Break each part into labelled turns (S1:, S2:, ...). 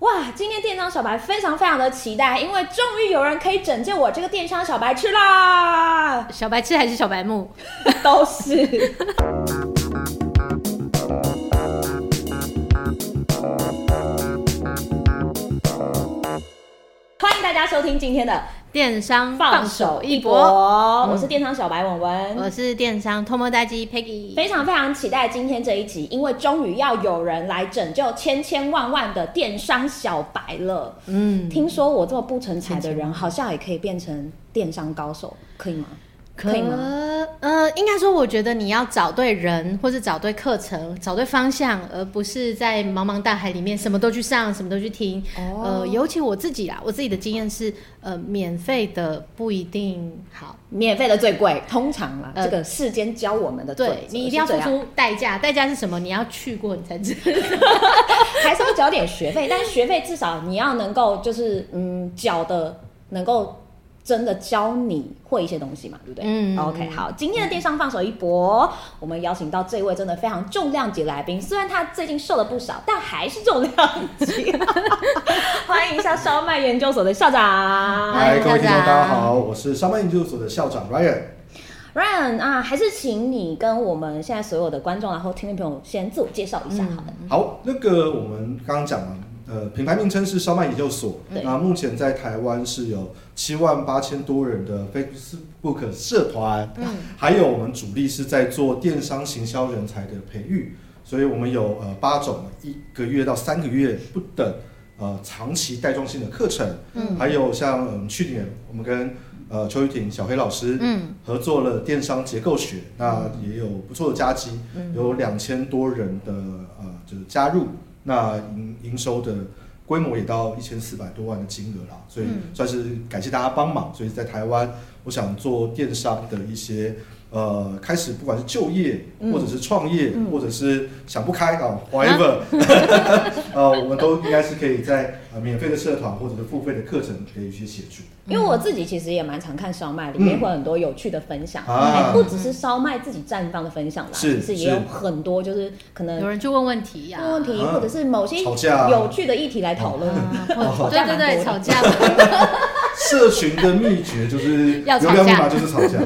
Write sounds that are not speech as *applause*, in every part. S1: 啊，今天电商小白非常非常的期待，因为终于有人可以拯救我这个电商小白痴 *laughs* 啦，
S2: 小白痴还是小白目？
S1: 都是。欢迎大家收听今天的
S2: 电商
S1: 放手一搏，嗯我是电商小白文
S2: 我
S1: 文，
S2: 是电商偷摸大鸡 Peggy。
S1: 非常非常期待今天这一集，因为终于要有人来拯救千千万万的电商小白了。
S2: 嗯，
S1: 听说我这么不成才的人，好像也可以变成电商高手，可以吗？可以吗？
S2: 呃，应该说，我觉得你要找对人，或者找对课程，找对方向，而不是在茫茫大海里面什么都去上，什么都去听。
S1: 哦
S2: 呃，尤其我自己啦，我自己的经验是，呃，免费的不一定好。
S1: 免费的最贵，通常啦，
S2: 呃
S1: 这个世间教我们的罪责
S2: 对你一定要
S1: 是这
S2: 付
S1: 样
S2: 出代价，代价是什么？你要去过你才知道。
S1: 还是要缴点学费，但是学费至少你要能够就是嗯缴的能够真的教你会一些东西嘛，对不对？
S2: 嗯
S1: OK，好，今天的电商放手一搏，哦我们邀请到这位真的非常重量级来宾，虽然他最近瘦了不少，但还是重量级。 *laughs* 欢迎一下烧麦研究所的校长
S2: 嗨
S3: 嗨，各位听
S2: 校
S3: 众，
S2: 长
S3: 大家好，我是商办研究所的校长 Ryan。
S1: Ryan 啊，还是请你跟我们现在所有的观众然后听众朋友先自我介绍一下，好了。
S3: 好，那个我们刚刚讲了，呃，品牌名称是烧麦研究所，
S1: 对
S3: 那目前在台湾是有七万八千多人的 Facebook 社团，
S2: 嗯
S3: 还有我们主力是在做电商行销人才的培育，所以我们有呃八种一个月到三个月不等。呃，长期带状性的课程，
S2: 嗯
S3: 还有像嗯、去年我们跟呃邱玉婷、小黑老师，
S2: 嗯，
S3: 合作了电商结构学，那也有不错的加绩，
S2: 嗯
S3: 有两千多人的呃就是加入，那营营收的规模也到一千四百多万的金额啦，所以
S2: 嗯
S3: 算是感谢大家帮忙。所以在台湾，我想做电商的一些呃开始，不管是就业
S1: 嗯
S3: 或者是创业，或者是想不开啊，whatever，呃，我们都应该是可以在呃免费的社团或者是付费的课程给予一些协助。
S1: 因为我自己其实也蛮常看烧麦，里面
S3: 嗯
S1: 会有很多有趣的分享，
S3: 啊
S1: 哎不只是烧麦自己绽放的分享啦，
S3: 是
S1: 其实也有
S3: 是
S1: 很多就是可能
S2: 有人去问问题呀、
S1: 问问
S2: *laughs*
S1: 题，
S3: 啊
S1: 或者是某些
S3: 吵架啊
S1: 有趣的议题来讨论。 *laughs*
S2: 啊
S1: 哦
S2: 或对对对，
S1: 吵
S2: 吵架。 *laughs*
S3: 社群的秘诀就
S1: *laughs*
S3: 是
S2: 要吵架
S3: 流量密码就是吵架，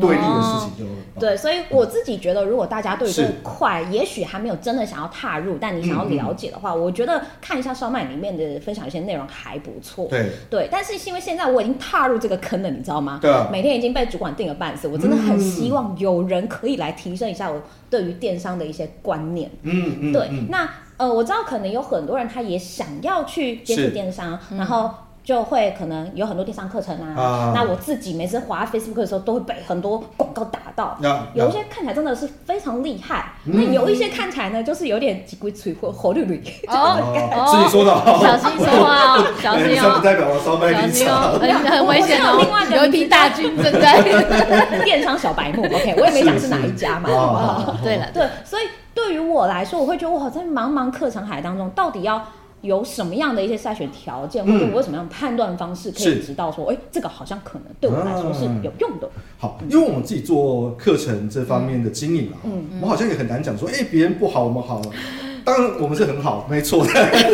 S3: 对立的事情就
S1: 嗯
S3: 啊
S1: 对，所以我自己觉得，如果大家对这
S3: 是嗯
S1: 块也许还没有真的想要踏入，但你想要了解的话，我觉得看一下烧麦里面的分享一些内容还不错。
S3: 对
S1: 对，但是因为现在我已经踏入这个坑了，你知道吗？
S3: 对啊，
S1: 每天已经被主管定了半死，我真的很
S3: 嗯
S1: 希望有人可以来提升一下我对于电商的一些观念。
S3: 嗯嗯
S1: 对，
S3: 嗯，
S1: 那呃，我知道可能有很多人他也想要去接触
S3: 是
S1: 电商，然后就会可能有很多电商课程啊。
S3: 啊
S1: 那我自己每次滑 Facebook 的时候，都会被很多广告打到。
S3: 那
S1: 有一些看起来真的是非常厉害，
S3: 啊嗯
S1: 那有一些看起来呢，就是有点几鬼嘴或火绿绿。
S3: 哦自己说的哦，
S2: 小心说话哦，小
S3: *laughs* 哎
S2: 心
S3: 这不
S2: 哦，
S3: 代表我烧麦
S2: 小
S3: 立
S2: 心哦，
S3: 场，
S2: 很很危险
S1: 我知道
S2: 哦
S1: 另外一，个
S2: 有一批大军正在。
S1: 电商小白目，OK，我也没讲是哪一家嘛，好不好？
S3: 哦
S2: 对了，
S1: 对，所以对于我来说，我会觉得我在茫茫课程海当中，到底要有什么样的一些筛选条件，或者我有什么样的判断方式，可以
S3: 嗯是嗯
S1: 知道说，哎，这个好像可能对我来说是有用的。
S3: 好，因为我们自己做课程这方面的经营啊，
S1: 嗯
S3: 我们好像也很难讲说，哎，别人不好，我们好。当然，我们是
S1: *laughs*
S3: 很好，没错。 *laughs*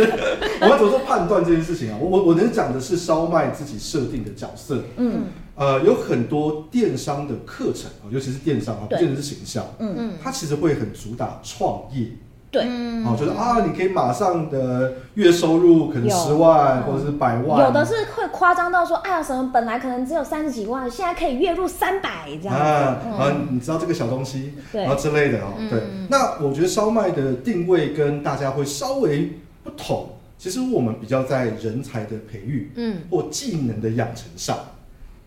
S3: 我们怎么说判断这件事情啊？我我我能讲的是烧麦自己设定的角色，
S1: 嗯
S3: 呃，有很多电商的课程啊，尤其是电商啊，不
S1: 对
S3: 见得是行销，
S1: *laughs* 嗯，
S3: 它其实会很主打创业，
S1: 对，
S2: 嗯
S3: 哦，就是啊，你可以马上的月收入可能
S1: 有
S3: 十万或者是百万，
S1: 有的是会夸张到说，哎呀，什么本来可能只有三十几万，现在可以月入三百这样。
S3: 啊
S1: 嗯
S3: 啊，你知道这个小东西，
S1: 对嗯
S3: 然后之类的哦，对。那我觉得烧麦的定位跟大家会稍微不同，其实我们比较在人才的培育
S2: 嗯
S3: 或技能的养成上，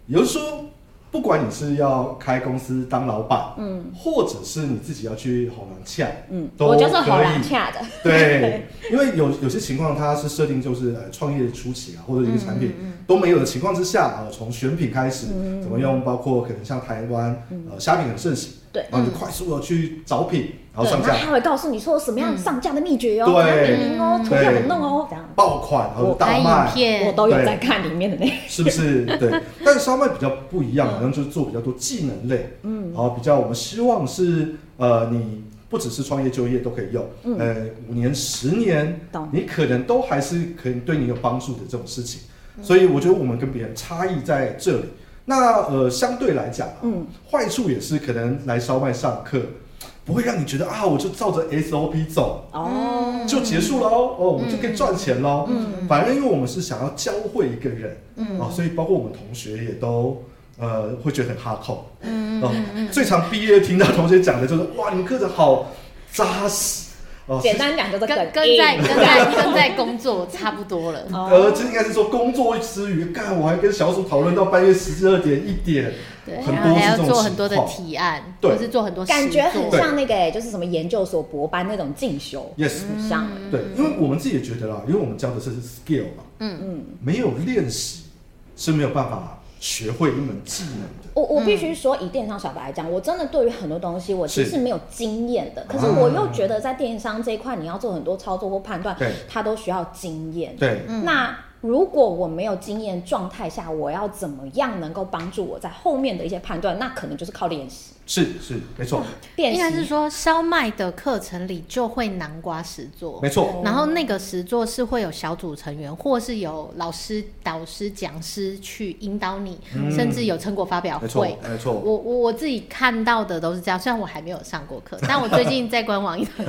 S3: 也就是说，不管你是要开公司当老板，
S1: 嗯
S3: 或者是你自己要去好难洽，
S1: 嗯，
S3: 都
S1: 我就是好
S3: 可
S1: 难
S3: 以
S1: 恰的。 *laughs*
S3: 对，因为有有些情况，它是设定就是呃创业初期啊，或者一个产
S1: 嗯
S3: 品都没有的情况之下，呃，从选品开始，怎么用，包括可能像台湾呃虾品很盛行，
S1: 嗯对
S3: 然后你就快速的去找品，然后
S1: 对，
S3: 上
S1: 然后
S3: 架
S1: 他会告诉你说什么
S2: 嗯
S1: 样上架的秘诀哦，
S3: 对
S1: 怎样运营哦，图片怎么
S3: 对
S1: 弄哦，这样。
S3: 爆款，然后大
S2: 拍影
S3: 卖，
S1: 我
S2: 片，
S1: 都有
S3: 对
S1: 在看里面的那个。
S3: *laughs* 是不是？对，但是烧麦比较不一样，好像就是做比较多技能类，嗯，然后比较我们希望是呃你不只是创业就业都可以用，呃，五年、十年
S1: 懂，
S3: 你可能都还是可以对你有帮助的这种事情。所以我觉得我们跟别人差异在这里。那呃，相对来讲、
S1: 嗯
S3: 嗯，坏处也是可能来烧麦上课，不会让你觉得啊，我就照着 SOP 走，
S2: 嗯
S1: 哦，
S3: 就结束喽，哦，我们就可以赚钱喽。反正因为我们是想要教会一个人，
S2: 嗯
S3: 哦，所以包括我们同学也都呃会觉得很哈扣，
S2: 嗯
S3: 哦，最常毕业听到同学讲的就是哇，你们课程好扎实哦，
S1: 简单讲就是
S2: 跟
S1: 梗嗯
S2: 跟
S1: 硬
S2: 在跟在跟在工作差不多了。
S1: 哦
S3: 呃，这应该是说工作之余，干我还跟小组讨论到半夜十二点一点，
S2: 对，
S3: 很
S2: 然后
S3: 多
S2: 还
S3: 是
S2: 要
S3: 这种
S2: 做很多的
S3: 情况
S2: 提案，
S3: 对
S2: 或是做很多
S1: 感觉很
S2: 实作
S1: 像那个、欸，就是什么研究所博班那种进修，
S3: Yes，、
S2: 嗯
S1: 很像、欸。
S3: 对，因为我们自己也觉得啦，因为我们教的是 skill 嘛，
S1: 嗯，
S3: 没有练习是没有办法学会一门技能的。
S1: 我我必须说，以电商小白来讲，我真的对于很多东西我其实
S3: 是
S1: 是没有经验的，可是
S3: 啊
S1: 我又觉得在电商这一块，你要做很多操作或判断
S3: 对，
S1: 它都需要经验。
S3: 对，
S1: 那如果我没有经验状态下，我要怎么样能够帮助我在后面的一些判断？那可能就是靠练习，
S3: 是是，没错，
S1: 练
S2: 应该是
S1: 习。
S2: 说烧麦的课程里就会南瓜实作
S3: 没，错，
S2: 然后那个实作是会有小组成员，或是有老师、导师、讲师去引导你，
S3: 嗯
S2: 甚至有成果发表
S3: 没错
S2: 嗯会。，
S3: 没
S2: 我
S3: 错。
S2: 我我自己看到的都是这样，虽然我还没有上过课，但我最近在官网一堂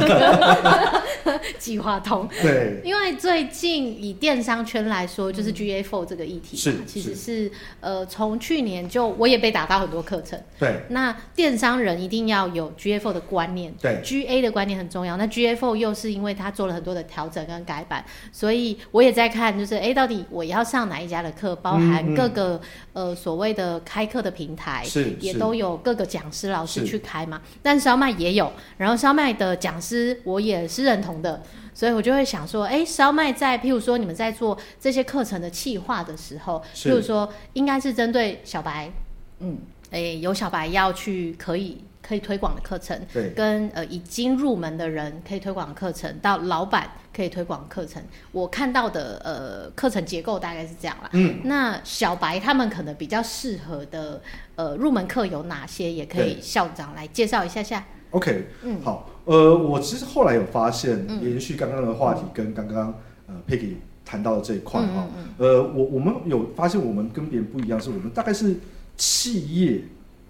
S3: *laughs*
S2: 计划通，
S3: 对，
S2: 因为最近以电商圈来说，就是 GA4 这个议题嘛，
S3: 嗯是
S2: 其实
S3: 是
S2: 是呃从去年就我也被打到很多课程。
S3: 对，
S2: 那电商人一定要有 GA4 的观念，
S3: 对
S2: ，GA 的观念很重要。那 GA4 又是因为它做了很多的调整跟改版，所以我也在看，就是哎，诶到底我要上哪一家的课，包含
S3: 嗯嗯
S2: 各个、呃所谓的开课的平台，
S3: 是
S2: 也
S3: 是
S2: 都有各个讲师老师
S3: 是
S2: 去开嘛。但烧麦也有，然后烧麦的讲师我也是认同的。所以我就会想说，哎，烧麦在譬如说你们在做这些课程的企划的时候，譬
S3: 是
S2: 如说应该是针对小白
S1: 嗯，
S2: 诶、有小白要去可以可以推广的课程，
S3: 对
S2: 跟呃已经入门的人可以推广的课程，到老板可以推广的课程，我看到的呃课程结构大概是这样啦。
S3: 嗯，
S2: 那小白他们可能比较适合的呃入门课有哪些？也可以
S3: 对
S2: 校长来介绍一下下。
S3: OK，
S2: 嗯
S3: 好，呃，我其实后来有发现，延续刚刚的话题跟刚刚呃 Peggy 谈到的这一块哈，呃，我我们有发现我们跟别人不一样，是我们大概是企业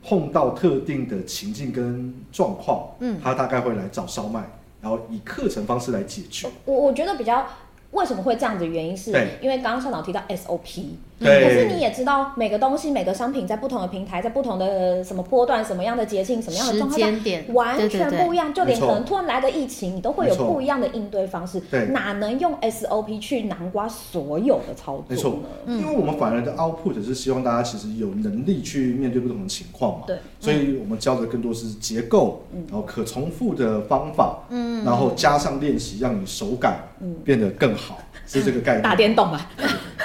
S3: 碰到特定的情境跟状况，
S2: 嗯
S3: 他大概会来找烧麦，然后以课程方式来解决，
S1: 我我觉得比较为什么会这样子，原因是
S3: 对
S1: 因为刚刚校长提到 SOP，
S3: 对
S1: 嗯可是你也知道每个东西、每个商品在不同的平台、在不同的什么波段、什么样的节庆、什么样的
S2: 时
S1: 状况
S2: 间
S1: 下
S2: 点对
S1: 完
S2: 对
S1: 全
S2: 对
S1: 不一样，就连可
S3: 没错
S1: 能突然来个疫情，你都会有
S3: 没错
S1: 不一样的应对方式
S3: 对，
S1: 哪能用 SOP 去南瓜所有的操
S3: 没
S1: 作
S3: 错
S1: 呢？，
S3: 因为我们反而的 output 是希望大家其实有能力去面对不同的情况嘛。
S1: 对，嗯
S3: 所以我们教的更多是结构，然后可重复的方法，
S2: 嗯
S3: 然后加上练习，让你手感变得更好，是这个概
S1: 嗯 *laughs*
S3: 念。
S1: 打电动嘛，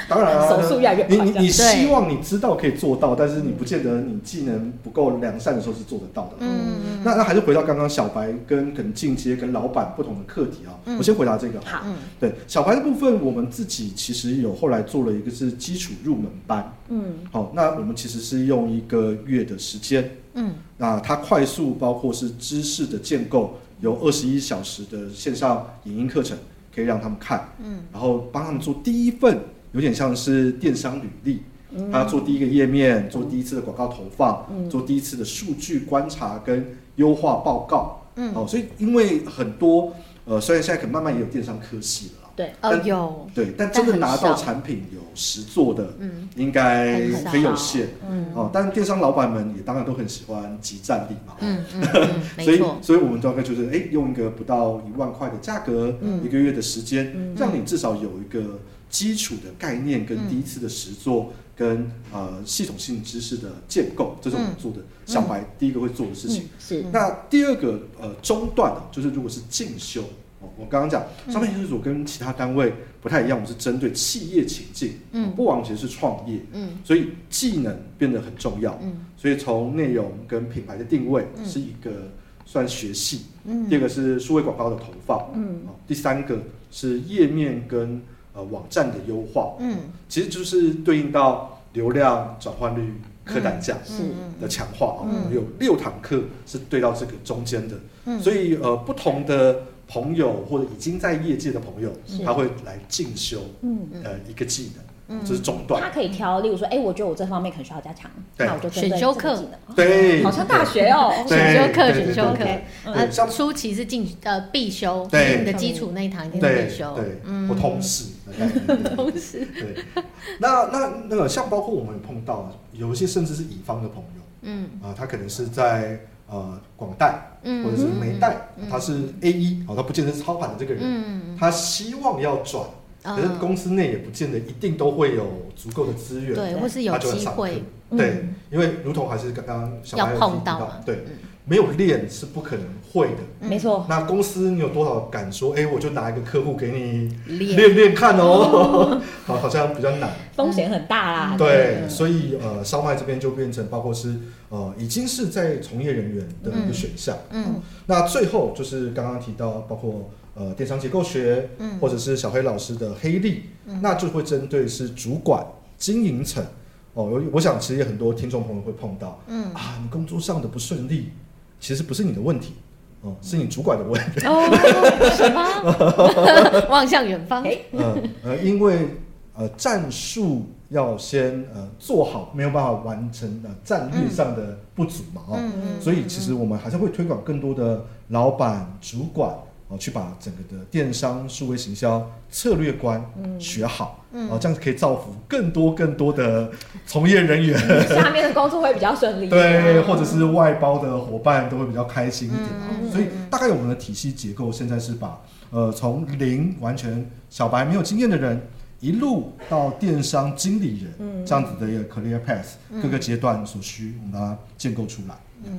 S3: 当然啊，
S1: 手速越来越快
S3: 你你你
S2: 这样
S3: 希望你知道可以做到，但是你不见得你技能不够良善的时候是做得到的。
S2: 嗯，
S3: 那那还是回到刚刚小白跟可能进阶跟老板不同的课题啊，我先回答这个。
S1: 嗯好，
S3: 对小白的部分，我们自己其实有后来做了一个是基础入门班。
S1: 嗯，
S3: 好、那我们其实是用一个月的时间，
S2: 嗯，
S3: 那它快速包括是知识的建构，有二十一小时的线上影音课程可以让他们看，嗯，然后帮他们做第一份，有点像是电商履历。他做第一个页面，做第一次的广告投放，做第一次的数据观察跟优化报告，嗯，哦，所以因为很多呃，虽然现在可能慢慢也有电商科系了啦，
S1: 对，
S2: 哦
S3: 但
S2: 有，
S3: 对，但
S2: 但
S3: 真的
S2: 很
S3: 拿到
S2: 少
S3: 产品有实做的，
S2: 嗯，
S3: 应该
S2: 很少
S3: 很有限，嗯，哦，但电商老板们也当然都很喜欢集战力嘛，
S2: 嗯嗯嗯，
S3: 所
S2: 没
S3: 以
S2: 错，，
S3: 所以我们大概就是，哎、用一个不到一万块的价格，
S2: 嗯
S3: 一个月的时间，让你至少有一个基础的概念
S2: 嗯
S3: 跟第一次的实作，跟呃系统性知识的建构，这是我
S2: 嗯
S3: 们做的、小白第一个会做的事情。
S1: 嗯是
S3: 那第二个呃中段啊，就是如果是进修，哦，我刚刚讲
S2: 嗯
S3: 上面研究所跟其他单位不太一样，我们是针对企业情境，
S2: 嗯
S3: 不完全是创业，
S2: 嗯，
S3: 所以技能变得很重要，
S2: 嗯，
S3: 所以从内容跟品牌的定位是一个算学系，嗯，第二个是数位广告的投放，嗯，哦、第三个是页面跟呃网站的优化，
S2: 嗯，
S3: 其实就是对应到流量转换率课单价
S1: 是
S3: 的强化啊，
S2: 嗯
S3: 我们有六堂课是对到这个中间的，
S2: 嗯
S3: 所以呃，不同的朋友或者已经在业界的朋友
S1: 是，
S3: 他会来进修
S1: 嗯，
S3: 呃一个技能，
S2: 嗯
S3: 这是中段
S1: 他，可以挑，例如说，哎，我觉得我这方面可能需要加强，
S3: 对
S1: 那我就针对
S2: 选修
S1: 这个
S2: 课
S1: 技能
S3: 对，
S1: 好像大学哦，
S3: 对
S2: 选修课，
S3: 对
S2: 选修
S3: 对
S2: 课
S1: 对，
S2: 呃
S3: 对，像，
S2: 初期是进呃必修，
S3: 对
S2: 就是你的基础那一堂一定是
S3: 对
S2: 必修，
S3: 对，
S2: 嗯
S3: 我
S2: *laughs*
S3: 同事的概念，
S2: 同时，
S3: 对，那那那个像包括我们碰到有一些甚至是乙方的朋友。
S2: 嗯
S3: 啊、他可能是在呃广代
S2: 嗯，
S3: 或者是梅代，
S2: 嗯
S3: 他是 A 一、哦，他不见得是操盘的这个人，
S2: 嗯，
S3: 他希望要转，可是
S2: 嗯
S3: 公司内也不见得一定都会有足够的资源，
S2: 对，
S1: 对
S2: 或是有
S3: 他就很
S2: 机
S3: 上
S2: 会嗯
S3: 课，对，因为如同还是刚刚小
S2: 要
S3: 白有提
S2: 碰到嗯嘛，
S3: 对，没有练是不可能会的。
S2: 嗯
S1: 没错，
S3: 那公司你有多少敢说，哎、我就拿一个客户给你
S2: 嗯，练
S3: 练练看哦， *laughs* 好，好像比较难。
S1: 风险很大啦。
S3: 对，
S1: 嗯
S3: 所以呃，烧麦这边就变成包括是呃，已经是在从业人员的一个选项。
S2: 嗯
S3: 那最后就是刚刚提到，包括呃电商结构学，
S2: 嗯
S3: 或者是小黑老师的黑历，那就会针对是主管、经营层。哦，我我想其实也很多听众朋友会碰到
S2: 嗯，
S3: 啊，你工作上的不顺利，其实不是你的问题，
S2: 嗯
S3: 哦、是你主管的问
S2: *laughs*
S3: 题。
S2: 哦，什么？ *laughs* 望向远方，
S1: 哎
S3: 呃呃，因为呃战术要先呃做好，没有办法完成呃战略上的不足嘛，哦，
S2: 嗯
S3: 所以其实我们还是会推广更多的老板、主管哦，去把整个的电商数位行销策略观
S2: 嗯
S3: 学好，哦，这样可以造福更多更多的从业人员，
S1: 下面的工作会比较顺利。
S3: 对，或者是外包的伙伴都会比较开心一点啊。
S2: 嗯嗯嗯
S3: 所以大概我们的体系结构现在是把呃从零完全小白没有经验的人，一路到电商经理人、
S2: 嗯
S3: 这样子的一个 career path，、各个阶段所需，我们把它建构出来。嗯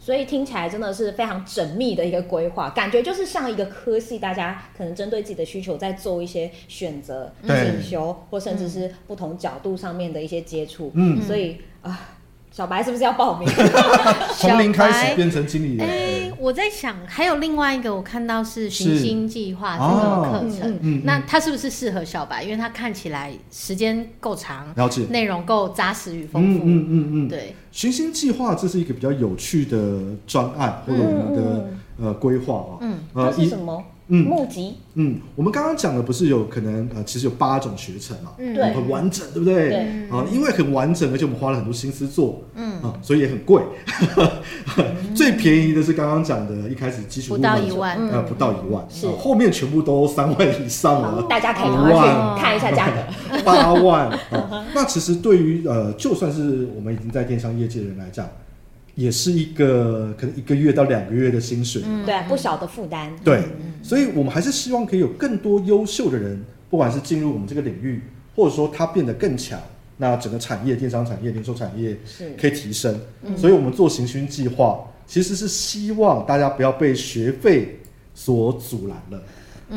S1: 所以听起来真的是非常缜密的一个规划，感觉就是像一个科系，大家可能针对自己的需求在做一些选择、
S3: 嗯对
S1: 进修，或甚至是不同角度上面的一些接触。
S3: 嗯
S1: 所以啊，小白是不是要报名？
S3: *laughs* 从零开始
S2: 白
S3: 变成经理人，
S2: 哎，我在想，还有另外一个，我看到是寻
S3: 是
S2: 星计划这
S3: 哦
S2: 个课
S1: 嗯
S2: 程，
S3: 嗯嗯
S2: 那它是不是适合小白？因为它看起来时间够长，
S3: 了
S1: 哎
S3: 解。
S2: 内容够扎实与丰
S3: 嗯
S2: 富，
S3: 嗯嗯嗯，
S2: 对，
S3: 寻星计划这是一个比较有趣的专案或者我们的、呃规划啊，
S2: 嗯
S1: 嗯它 *laughs*
S3: 呃
S1: 是
S3: 一
S1: 什么？
S3: 嗯
S1: 募集
S3: 嗯，我们刚刚讲的不是有可能呃，其实有八种学程嘛，
S2: 嗯
S1: 对
S3: 很完整，对不对？
S1: 对
S3: 啊、因为很完整，而且我们花了很多心思做，
S2: 嗯
S3: 啊、所以也很贵。 *laughs* 最便宜的是刚刚讲的，一开始基
S2: 不
S3: 础入门
S2: 到
S3: 者
S2: 一万
S3: 呃，不到一万，
S1: 是
S3: 啊后面全部都三万以上了，
S1: 大家可以赶
S3: 五
S1: 快
S3: 万
S1: 去看一下价格。
S3: *laughs* 八万啊、那其实对于呃，就算是我们已经在电商业界的人来讲，也是一个可能一个月到两个月的薪水。
S2: 嗯
S1: 对啊，不小的负担。
S3: 对，所以我们还是希望可以有更多优秀的人，不管是进入我们这个领域，或者说他变得更强，那整个产业、电商产业、零售产业
S1: 是
S3: 可以提升。所以我们做行勋计划，其实是希望大家不要被学费所阻拦了。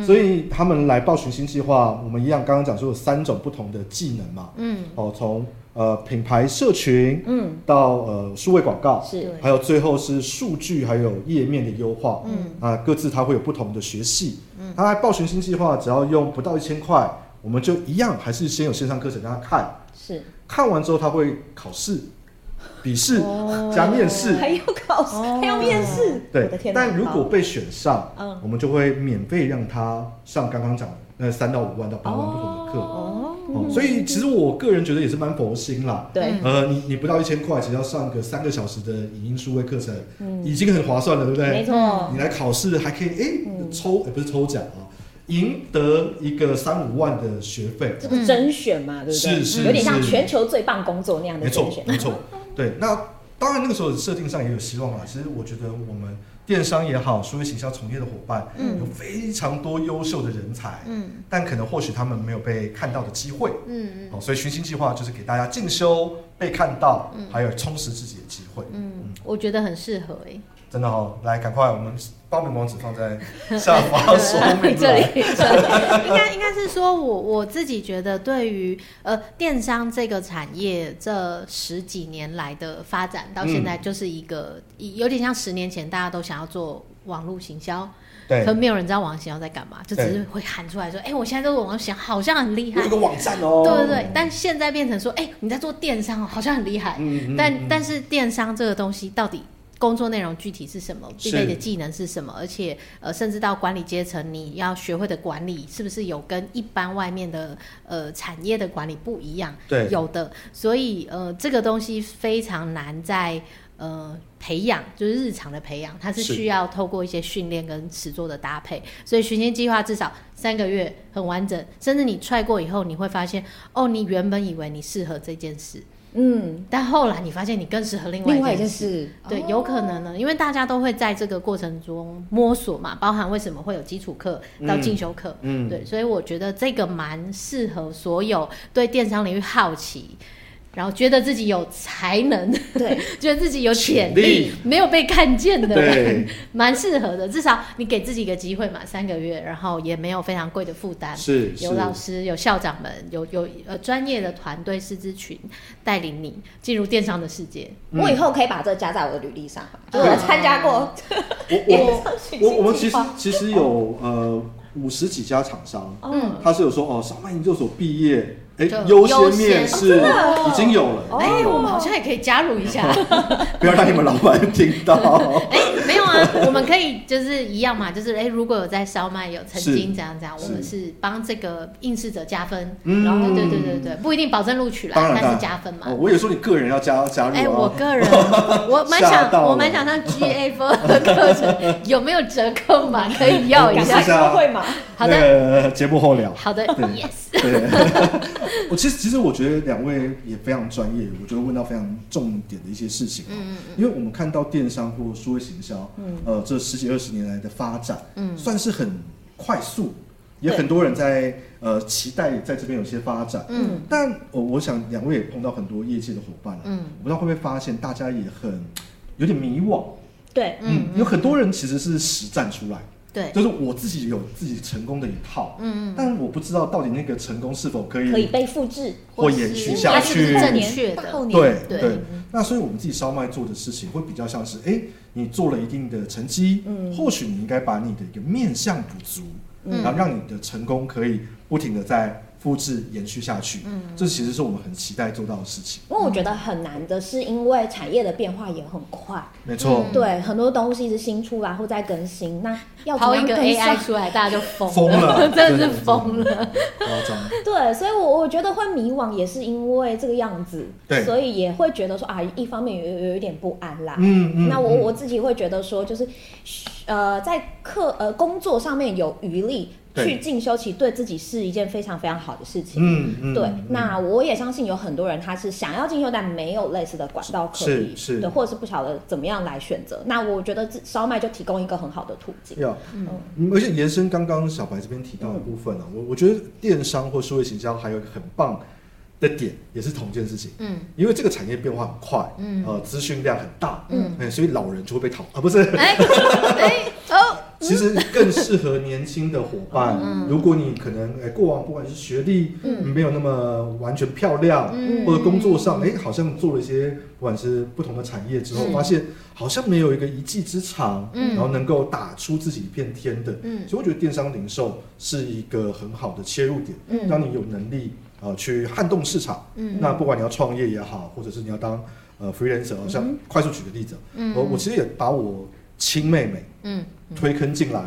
S3: 所以他们来报寻星计划，我们一样刚刚讲说有三种不同的技能嘛，
S2: 嗯，
S3: 哦，从呃品牌社群
S1: 嗯，
S3: 到呃数位广告，
S1: 是
S3: 还有最后是数据还有页面的优化，
S2: 嗯
S3: 啊，各自它会有不同的学系，嗯，它报寻星计划只要用不到一千块，我们就一样还是先有线上课程让他看，
S1: 是， *laughs*
S3: 看完之后他会考试、笔试、
S2: 哦
S3: 加面试，
S1: 还有考试，
S2: 哦
S1: 还有面试。哎我
S3: 对
S1: 的天，哪！
S3: 但如果被选上，
S1: 嗯
S3: 我们就会免费让他上刚刚讲的那三到五万到八万不同的课。哦
S1: 哦，
S3: 所以其实我个人觉得也是蛮佛心啦。
S1: 对，
S3: 呃，你你不到一千块，只要上个三个小时的影音数位课程，已经很划算了，对不
S1: 嗯没
S3: 对？
S1: 错，嗯
S3: 你来考试还可以，哎、抽、哎不是抽奖啊，赢得一个三五万的学费，
S1: 这个甄选嘛，对不对？
S3: 嗯是是
S1: 有点像
S3: 是
S1: 全球最棒工作那样的
S3: 没
S1: 甄
S3: 错
S1: 选，。
S3: 没错， *laughs* 对。那当然，那个时候的设定上也有希望啊。其实我觉得我们电商也好，数位行销从业的伙伴，有非常多优秀的人才，
S2: 嗯
S3: 但可能或许他们没有被看到的机会。
S2: 嗯
S3: 哦，所以寻星计划就是给大家进修、被看到，还有充实自己的机会。
S2: 嗯，我觉得很适合哎，
S3: 真的哦，来赶快，我们报名网址放在下
S2: *laughs*
S3: 方说明
S2: 这
S3: 栏。
S2: 里，这里 *laughs* 应该应该是说我我自己觉得，对于呃电商这个产业这十几年来的发
S3: 嗯
S2: 展，到现在就是一个、一有点像十年前大家都想要做网络行销，
S3: 对
S2: 可没有人知道王行要在干嘛，就只
S3: 对
S2: 是会喊出来说：“哎、我现在这个王行好像很厉害
S3: 有一。个网站哦，
S2: 对对对，但现在变成说：“哎、你在做电商哦，好像很厉害。
S3: 嗯嗯
S2: 但
S3: 嗯
S2: 但是电商这个东西到底工作内容具体是什么，必
S3: 是
S2: 备的技能是什么，而且呃，甚至到管理阶层，你要学会的管理是不是有跟一般外面的呃产业的管理不一样？
S3: 对
S2: 有的，所以呃，这个东西非常难在。呃，培养就是日常的培养，它是
S3: 是
S2: 需要透过一些训练跟实作的搭配，所以寻亲计划至少三个月很完整，甚至你踹过以后，你会发现哦，你原本以为你适合这件事，
S1: 嗯，
S2: 但后来你发现你更适合另外
S1: 另外一
S2: 件
S1: 件，事，
S2: 对
S1: 哦，
S2: 有可能呢，因为大家都会在这个过程中摸索嘛，包含为什么会有基础课到进修课，
S3: 嗯，
S2: 对，所以我觉得这个蛮适合所有对电商领域好奇。然后觉得自己有才能，
S1: 对，
S2: *laughs* 觉得自己有潜
S3: 潜
S2: 力
S3: 力，
S2: 没有被看见的人
S3: 嗯对，
S2: 蛮适合的。至少你给自己一个机会嘛，三个月，然后也没有非常贵的负担，
S3: 是是
S2: 有老师，有校长们，有有呃专业的团队师资群带领你进入电商的世界。
S3: 嗯
S1: 我以后可以把这加在我的履历上，就
S2: 嗯
S1: 我参加过
S3: 我
S1: 电
S3: 我
S1: 商学习
S3: 我我们其
S1: 计
S3: 实
S1: 划
S3: 其实有呃五十几家厂商，
S1: 嗯，
S3: 他是有说哦，小麦研究所毕业，哎
S2: 就，
S3: 优
S2: 优
S3: 先
S2: 先
S3: 面试
S1: 哦真的哦
S3: 已经有了，
S1: 哦
S2: 哎、我们好像也可以加入一
S3: *laughs*
S2: 下。
S3: 不要让你们老板听到。
S2: 哎、没有啊，我们可以就是一样嘛，就是哎、如果有在烧麦有曾经
S3: 是
S2: 这样这样，我
S3: 是
S2: 们是帮这个应试者加分。
S3: 嗯
S2: 然后对对对对，不一定保证录取啦
S3: 当，然，
S2: 但
S3: 当
S2: 是
S3: 然
S2: 加分嘛。
S3: 哦我也说你个人要加加入
S2: 哎、我
S3: 啊， *laughs*
S2: 个人我蛮
S3: 吓
S2: 想，
S3: 到
S2: 我
S3: 了
S2: 蛮想上 GA 的课程，有没有折扣码可以要一
S1: 赶
S3: 我啊
S1: 快
S2: 下
S3: 是？
S1: 说会嘛，
S2: 好的
S3: 那个节目后聊。
S2: 好的，yes。
S3: *laughs* 对， *laughs* 我其实其实我觉得两位也非常专业，我觉得问到非常重点的一些事情、哦。嗯因为我们看到电商或数位行销，嗯，呃，这十几二十年来的发展，嗯，算是很快速，也
S1: 对
S3: 很多人在呃期待在这边有些发展。
S2: 嗯
S3: 但呃我想两位也碰到很多业界的伙伴了、
S2: 嗯
S3: 我不知道会不会发现大家也很有点迷惘。
S1: 对，
S2: 嗯
S3: 嗯，有很多人其实是实战出来，
S2: 对，
S3: 就是我自己有自己成功的一套，
S2: 嗯，
S3: 但我不知道到底那个成功是否可以
S1: 可以被复制，
S3: 或延续下
S2: 或是它
S3: 去
S2: 是不是正确
S1: 大后
S2: 的，
S1: 年
S3: 对
S2: 对嗯
S3: 那所以我们自己烧麦做的事情会比较像是，哎，你做了一定的成绩，
S1: 嗯
S3: 或许你应该把你的一个面向补足，
S2: 嗯
S3: 然后让你的成功可以不停的在复制延续下去，
S2: 嗯
S3: 这其实是我们很期待做到的事情，
S1: 因为我觉得很难的是，因为产业的变化也很快，
S3: 没错，
S2: 嗯
S1: 对，很多东西是新出来或在更新，那要怎
S2: 抛
S1: 么样
S2: 一个
S1: 跟上
S2: AI 出来，大家就疯
S3: 疯
S2: *laughs*
S3: 了
S2: 真的是疯了。
S3: 了，夸张，
S1: 对，所以我我觉得会迷惘，也是因为这个样子，
S3: 对
S1: 所以也会觉得说啊，一方面有有有一点不安啦。
S3: 嗯嗯，
S1: 那我
S3: 嗯
S1: 我自己会觉得说，就是，呃，在课呃工作上面有余力
S3: 对
S1: 去进修，其实对自己是一件非常非常好的事情。
S3: 嗯嗯，
S1: 对
S3: 嗯，
S1: 那我也相信有很多人他是想要进修，但没有类似的管道可以，
S3: 是是
S1: 对，或者是不晓得怎么样来选择。那我觉得这烧麦就提供一个很好的途径。
S3: 要，嗯，而且延伸刚刚小白这边提到的部分呢、啊，我我觉得电商或数位行销还有一个很棒的点，也是同一件事情，
S2: 嗯
S3: 因为这个产业变化很快，
S2: 嗯
S3: 呃，资讯量很大，
S2: 嗯
S3: 嗯，所以老人就会被淘啊，不是，
S2: 哎哎哦，
S3: 其实更适合年轻的伙伴。
S2: 嗯
S3: 如果你可能，哎，过往不管是学历、没有那么完全漂亮，
S2: 嗯
S3: 或者工作上，哎，好像做了一些不管是不同的产业之后，
S2: 是
S3: 发现好像没有一个一技之长，
S2: 嗯
S3: 然后能够打出自己一片天的，
S2: 嗯
S3: 所以我觉得电商零售是一个很好的切入点，
S1: 嗯
S3: 让你有能力呃去撼动市场。
S2: 嗯
S3: 那不管你要创业也好，或者是你要当呃 freelancer，哦像快速举个例子，呃
S2: 嗯
S3: 我我其实也把我亲妹妹
S2: 嗯，哎
S3: 推坑
S2: *laughs*
S3: 进来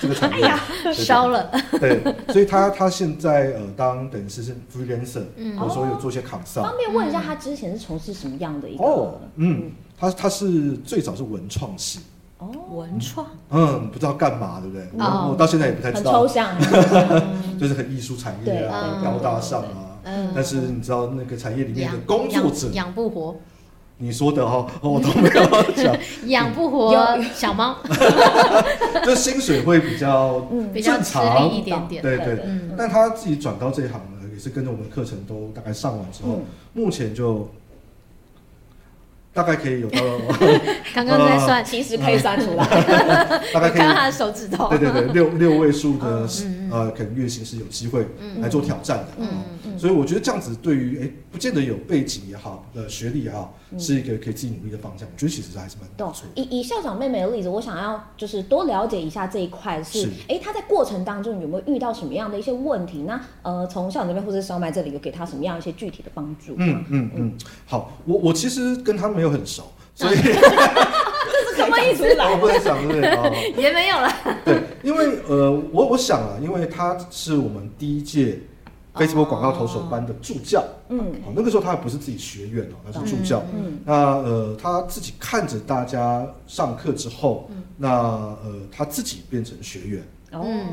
S3: 这个产业，对
S2: 烧。了，
S3: 对，对所以她她现在呃当等于是是 freelancer，
S2: 嗯
S3: 或者说有做一些 consult
S1: 方。便问一下，他之前是从事什么样的一个？
S3: 啊嗯哦，嗯，她她是最早是文创系，
S1: 哦，
S2: 文创，
S3: 嗯，不知道干嘛，对不对？
S2: 哦
S3: 我我到现在也不太知
S1: 很
S3: 道。
S1: 抽象啊。
S3: *laughs* 就是很艺术产业啊，
S2: 对
S3: 高大上啊。
S2: 嗯
S3: 但是你知道那个产业里面的
S2: 养
S3: 工作者
S2: 养，养不活，
S3: 你说的哈、哦，我都没有讲，
S2: *laughs* 养不活
S1: 有
S2: 小
S3: *laughs*
S2: 猫，
S3: 就薪水会比较
S1: 嗯
S2: 比较
S3: 正
S2: 吃
S3: 常
S2: 力一，点点。
S3: 对
S1: 对
S3: 对
S1: 对
S2: 嗯
S3: 但他自己转到这一行呢，也是跟着我们课程都大概上完之后，
S1: 嗯
S3: 目前就大概可以有到，
S2: 刚刚在算，
S3: 嗯
S1: 其实可以算出来，
S3: 呃 *laughs* 大概可
S2: 看到
S3: 以 *laughs*
S2: 他的手指头
S3: 对，对对，六六位数的、
S1: 嗯
S2: 嗯
S3: 呃，可能月薪是有机会
S2: 嗯
S3: 来做挑战的。
S1: 嗯
S3: 哦
S1: 嗯
S3: 所以我觉得这样子对于诶，不见得有背景也好，呃，学历也好，是一个可以自己努力的方向。我觉得其实还是蛮
S1: 懂
S3: 不错。的。
S1: 以以校长妹妹的例子，我想要就是多了解一下这一块是
S3: 是，
S1: 哎，她在过程当中有没有遇到什么样的一些问题？那呃，从校长那边或者是烧麦这里有给她什么样一些具体的帮助？
S3: 嗯嗯嗯，好，我我其实跟他没有很熟，所以
S1: 这是什么意思啦？
S3: 我不能讲这个。哦
S2: 也没有啦。
S3: 对，因为呃，我我想啊，因为他是我们第一届 Facebook 广告投手班的助教，
S1: 嗯
S3: 哦，那个时候他还不是自己学院哦，他是助教。
S1: 嗯
S3: 那呃，他自己看着大家上课之后，那呃，他自己变成学员，
S1: 哦
S2: 嗯，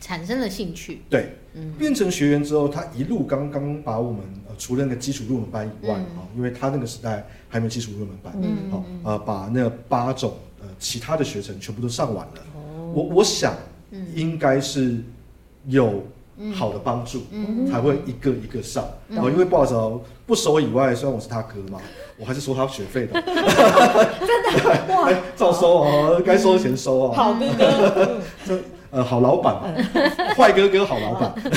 S2: 产生了兴趣。
S3: 对，
S2: 嗯
S3: 变成学员之后，他一路刚刚把我们呃，除了那个基础入门班以外，
S2: 嗯
S3: 哦，因为他那个时代还没有基础入门班，
S1: 嗯
S3: 哦
S2: 嗯，
S3: 呃，把那八种呃其他的学程全部都上完了。
S2: 哦，
S3: 我我想
S2: 嗯
S3: 应该是有好的帮助，
S1: 嗯
S3: 才会一个一个上。
S2: 嗯
S3: 然后因为不好意思哦，不熟以外，虽然我是他哥
S1: *laughs*
S3: 嘛，我还是收他学费的，
S1: 真
S3: *laughs*
S1: 的哇嗯
S3: 哎，照收哦，该收的钱收哦。
S1: 好哥
S3: *laughs*
S1: 哥，嗯
S3: 呃，好老板嘛，坏哥哥好老板。 *laughs*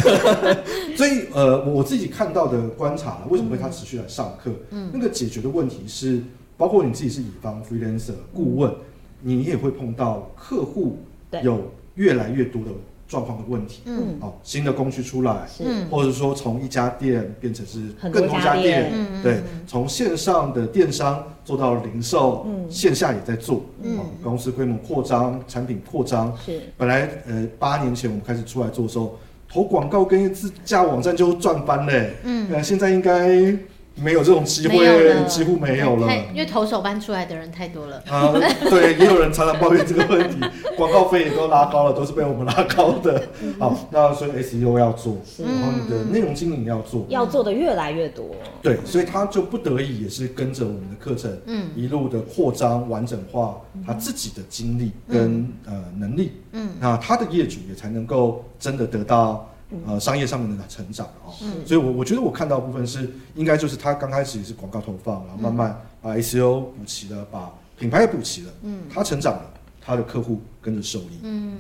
S3: 所以呃，我我自己看到的观察，为什么会他持续来上课？
S2: 嗯
S3: 那个解决的问题是，包括你自己是乙方 freelancer
S1: 嗯
S3: 顾问，你也会碰到客户
S1: 对
S3: 有越来越多的状况的问题。
S2: 嗯
S1: 嗯
S3: 哦，新的工序出来，
S1: 是
S3: 或者说从一家店变成是
S1: 很多
S3: 更多
S1: 家
S3: 家
S1: 店
S3: 店，
S2: 嗯嗯
S3: 对
S2: 嗯，
S3: 从线上的电商做到零售，
S1: 嗯
S3: 线下也在做，
S2: 嗯
S3: 哦，公司规模扩张，产品扩张。
S1: 是
S3: 本来呃八年前我们开始出来做的时候，投广告跟自家网站就赚翻嘞，
S2: 嗯
S3: 呃，现在应该没有这种机
S2: 没有
S3: 会，
S2: 了
S3: 几乎没有了
S2: 太。因为投手班出来的人太多了。
S3: 啊、
S2: *laughs*
S3: 对，也有人常常抱怨这个问题，广告费也都拉高了，都是被我们拉高的。
S2: 嗯
S3: 好，那所以 SEO 要做，
S1: 是
S3: 然后你的内容经营要做，
S1: 要做的越来越多，
S3: 对，所以他就不得已也是跟着我们的课程，
S2: 嗯
S3: 一路的扩张、完整化他自己的经历跟、呃能力，
S2: 嗯
S3: 那他的业主也才能够真的得到呃商业上面的成长哦。
S2: 嗯
S3: 所以我我觉得我看到的部分是，应该就是他刚开始也是广告投放，
S2: 嗯
S3: 然后慢慢把 SEO 补齐了，把品牌也补齐了，
S2: 嗯
S3: 他成长了，他的客户跟着受益。
S2: 嗯，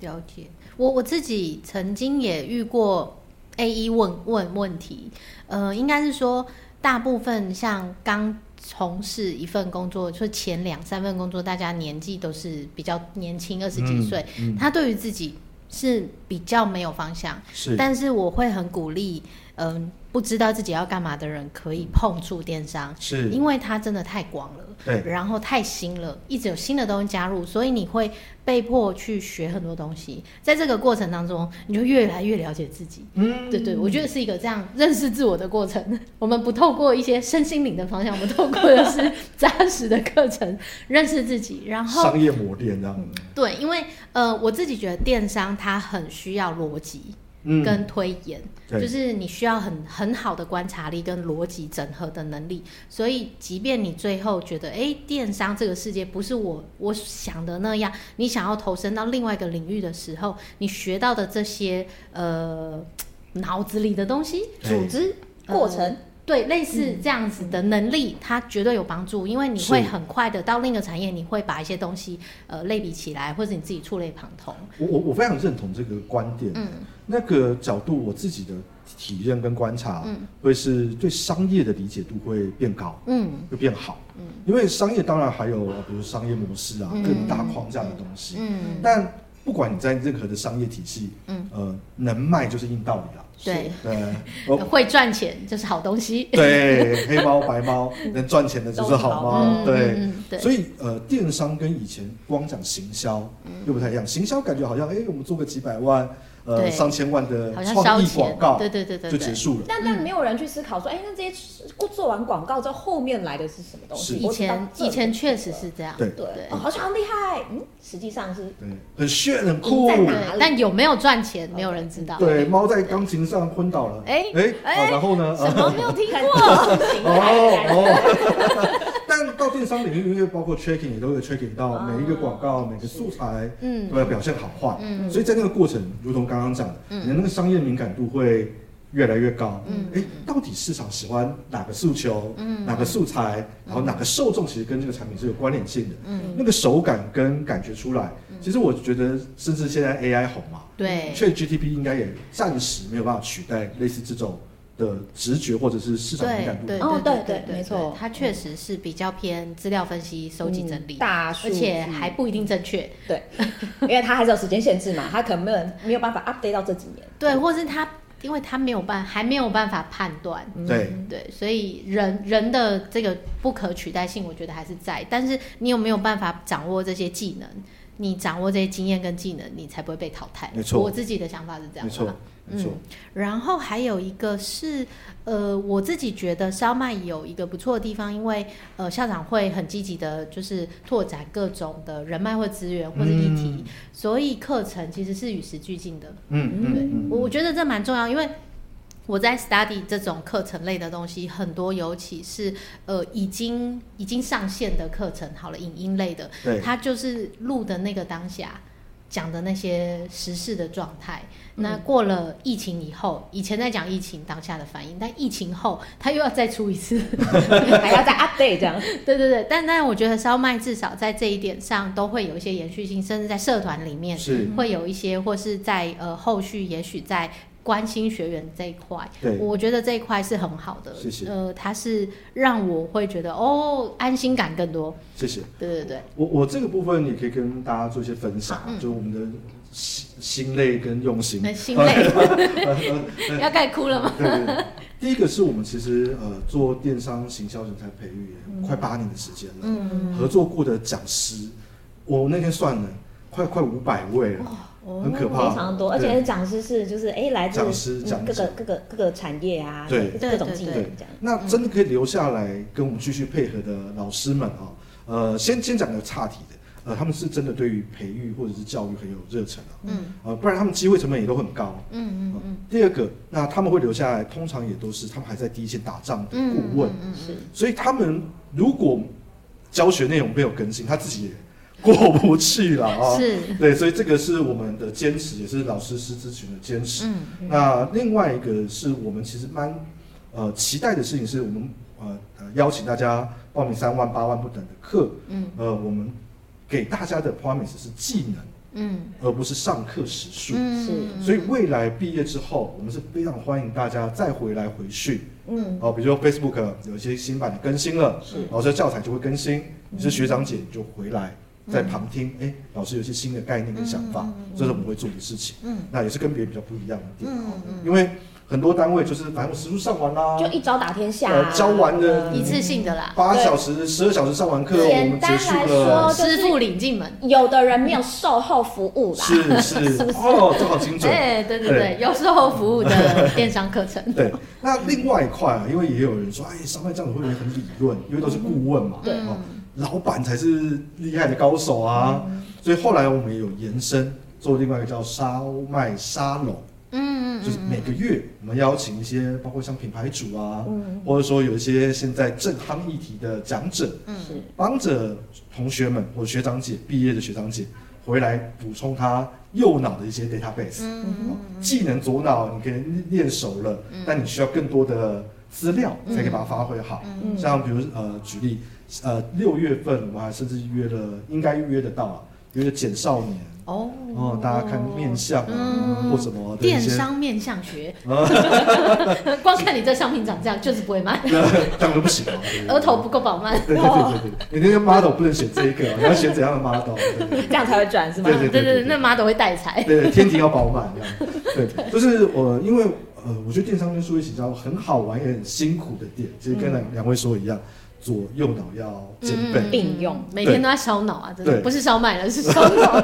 S2: 了解。我我自己曾经也遇过 A 一问问问题，呃，应该是说大部分像刚从事一份工作，就前两三份工作，大家年纪都是比较年轻，二十几岁，
S3: 嗯嗯
S2: 他对于自己是比较没有方向。
S3: 是，
S2: 但是我会很鼓励，嗯、不知道自己要干嘛的人可以碰触电商，
S3: 是
S2: 因为它真的太广了，
S3: 对
S2: 然后太新了，一直有新的东西加入，所以你会被迫去学很多东西。在这个过程当中，你就越来越了解自己。
S3: 嗯
S2: 对对，我觉得是一个这样认识自我的过程。 *laughs* 我们不透过一些身心灵的方向，我们透过的是扎实的课程认识自己，然后嗯
S3: 商业磨练这样子，
S2: 对，因为呃，我自己觉得电商它很需要逻辑
S3: 嗯
S2: 跟推演，
S3: 对
S2: 就是你需要很很好的观察力跟逻辑整合的能力。所以，即便你最后觉得，哎，电商这个世界不是我我想的那样，你想要投身到另外一个领域的时候，你学到的这些呃脑子里的东西，
S1: 组织
S2: 呃
S1: 过程嗯
S2: 对，类似这样子的能力，它绝对有帮助，因为你
S3: 是
S2: 会很快的到另一个产业，你会把一些东西呃类比起来，或者你自己触类旁通。
S3: 我我我非常认同这个观点，
S2: 嗯
S3: 那个角度我自己的体验跟观察，
S2: 嗯
S3: 会是对商业的理解度会变高，
S2: 嗯
S3: 会变好，因为商业当然还有呃比如商业模式啊，
S2: 嗯
S3: 更大框架的东西，
S2: 嗯，
S3: 但不管你在任何的商业体系，
S2: 嗯
S3: 呃，能卖就是硬道理啦，
S2: 对，
S3: 对，哦，
S2: 会赚钱就是好东西。
S3: 对，黑猫白
S2: *laughs*
S3: 猫，能赚钱的就是好
S1: 都是
S3: 猫，
S2: 嗯
S3: 哦对。
S2: 嗯嗯对，
S3: 所以呃，电商跟以前光讲行销
S2: 嗯
S3: 又不太一样，行销感觉好像哎、我们做个几百万、呃
S2: 对
S3: 上千万的
S2: 好像
S3: 创
S2: 烧
S3: 意
S2: 钱
S3: 广告，
S2: 对对对对
S3: 就
S2: 对
S3: 结束了。
S1: 但
S2: 嗯
S1: 但没有人去思考说，哎、那这些做完广告之后，后面来的是什么东西？
S3: 是
S2: 以
S1: 我只到
S2: 前
S1: 这里
S2: 以前确实是这样。
S3: 对
S1: 对
S2: 对
S1: 哦，好像很厉害，嗯，实际上是
S3: 对，很炫很酷
S1: 在。哪
S2: 对但有没有赚钱，没有人知道。
S3: 对，猫在钢琴上昏倒了。
S2: 哎
S3: 哎、
S2: 哎
S3: 哦然后
S2: *laughs*
S3: 呢？
S2: 什么没有听过？
S3: 哦哦。但到电商领域，因为包括 tracking 也都有 tracking 到每一个广告、每个素材
S2: 哦嗯
S3: 都要表现好坏，
S2: 嗯
S3: 所以在那个过程，如同刚刚讲的，你的那个商业敏感度会越来越高。
S2: 嗯
S3: 哎，到底市场喜欢哪个诉求，
S2: 嗯
S3: 哪个素材，然后哪个受众，其实跟这个产品是有关联性的。
S2: 嗯，
S3: 那个手感跟感觉出来，其实我觉得，甚至现在 AI 红嘛，
S2: *laughs* 对，
S3: 嗯确 GTP 应该也暂时没有办法取代类似这种的直觉或者是市场敏感度。
S2: 对
S1: 哦
S2: 对
S1: 对对没错
S2: 它确实是比较偏资料分析、收集整理，
S1: 大数
S2: 而
S1: 据，
S2: 且 *laughs* 还不一定正确。
S1: 对，因为它还是有时间限制嘛，它可能没有人没有办法 update 到这几年。
S2: 对，或是它，因为它没有办，还没有办法判断。
S3: 对
S2: 对，所以人人的这个不可取代性，我觉得还是在，但是你有没有办法掌握这些技能？你掌握这些经验跟技能，你才不会被淘汰。
S3: 没错
S2: 我自己的想法是这样。
S3: 没错，没错。
S2: 然后还有一个是，呃，我自己觉得烧麦有一个不错的地方，因为呃校长会很积极的，就是拓展各种的人脉或资源或者议题，所以课程其实是与时俱进的。
S3: 嗯嗯
S2: 对，
S3: 嗯
S2: 我我觉得这蛮重要，因为。我在 study 这种课程类的东西很多，尤其是呃已经已经上线的课程，好了，影音类的，
S3: 对
S2: 它就是录的那个当下讲的那些时事的状态。那过了疫情以后，以前在讲疫情当下的反应，但疫情后它又要再出一次。 *laughs*
S1: 还要再 update 这样。
S2: 对对对，但但我觉得烧麦至少在这一点上都会有一些延续性，甚至在社团里面
S3: 是，
S2: 会有一些，或是在呃后续也许在关心学员这一块，
S3: 对
S2: 我觉得这一块是很好的。
S3: 谢谢
S2: 呃，它是让我会觉得哦安心感更多。
S3: 谢谢。
S2: 对对对，
S3: 我我这个部分也可以跟大家做一些分享，
S2: 嗯
S3: 就是我们的心心累跟用心。
S2: 那心累
S3: *laughs* 呃呃呃
S2: 要该哭了吗？
S3: 对对对，第一个是我们其实呃做电商行销人才培育也快八年的时间了，
S2: 嗯
S3: 合作过的讲师，我那天算了，快快五百位了，很可怕，
S1: 非常多，而
S3: 对
S1: 且讲师是就是哎，来自
S3: 讲师
S1: 嗯
S3: 讲
S1: 各个
S3: 者
S1: 各个各个产业啊，
S3: 对
S1: 各各种技能
S3: 对
S1: 这样。
S3: 那真的可以留下来跟我们继续配合的老师们啊、呃，先先讲个岔题的，呃，他们是真的对于培育或者是教育很有热忱啊，
S2: 嗯
S3: 呃，不然他们机会成本也都很高。
S2: 嗯嗯嗯
S3: 第二个，那他们会留下来，通常也都是他们还在第一线打仗的
S2: 嗯，
S3: 顾问，
S2: 嗯
S1: 是，
S3: 所以他们如果教学内容没有更新，他自己也过不去了啊、
S2: 是，
S3: 对，所以这个是我们的坚持，也是老师师资群的坚持。
S2: 嗯
S3: 那另外一个是我们其实蛮呃期待的事情，是我们呃呃邀请大家报名三万八万不等的课，
S2: 嗯
S3: 呃，我们给大家的 promise 是技能，
S2: 嗯
S3: 而不是上课时数。
S2: 嗯，
S1: 是
S3: 所以未来毕业之后，我们是非常欢迎大家再回来回训
S1: 嗯，
S3: 哦，比如说 Facebook 有一些新版的更新了，
S1: 是嗯
S3: 老师的教材就会更新，你是学长姐你就回来在旁听，哎、老师有一些新的概念跟想法，
S1: 嗯
S3: 这是我们会做的事情。
S2: 嗯，
S3: 那也是跟别人比较不一样的点啊、
S2: 嗯嗯
S3: 因为很多单位就是反正我时数上完啦、
S1: 就一招打天下啊。
S3: 呃教完了
S2: 一次性的啦，呃
S3: 八小时、十二小时上完课，我
S1: 简
S3: 们
S1: 单
S3: 结束
S1: 来
S3: 了
S1: 说，就是
S2: 师傅领进门。
S1: 有的人没有售后服务啦， *laughs*
S3: 是是哦，这好精准。。
S2: 哎，对对对，有售后服务的电商课程
S3: *laughs* 对，那另外一块啊，因为也有人说，哎，上班这样子会不会很理论？因为都是顾问嘛，
S1: 对
S3: 哦，老板才是厉害的高手啊。所以后来我们也有延伸，做另外一个叫烧麦沙龙，
S2: 嗯嗯
S3: 就是每个月我们邀请一些，包括像品牌主啊，
S1: 嗯
S3: 或者说有一些现在正夯议题的讲者，
S2: 嗯
S1: 是
S3: 帮着同学们或学长姐毕业的学长姐回来补充他右脑的一些 database。
S2: 嗯
S3: 技能左脑你可能练熟了，但你需要更多的资料才可以把它发挥好。
S1: 嗯
S3: 像比如呃，举例，呃，六月份我们还甚至约了，应该约得到啊，约了简少年，
S2: 哦
S3: 哦，大家看面相啊、
S2: 嗯
S3: 或什么的一
S2: 电
S3: 些，哦
S2: 商面向学， *laughs* 光看你这商品长这样，就是不会卖，
S3: 这样都不行啊，对
S2: 额头不。够饱满。
S3: 对对对对对，你那个 model 不能选这一个啊，你要选怎样的 model？对对对
S1: 这样才会转是吗？
S3: 对对对
S2: 那妈都会带财。
S3: 对，天庭要饱满这样。对，就是我、因为呃，我觉得电商跟数位行销很好玩也很辛苦的点，其实跟两两位说一样，左右脑要兼备。
S1: 嗯并用
S2: 每天都在烧脑啊，真的
S3: 对
S2: 不是烧麦了，是烧脑。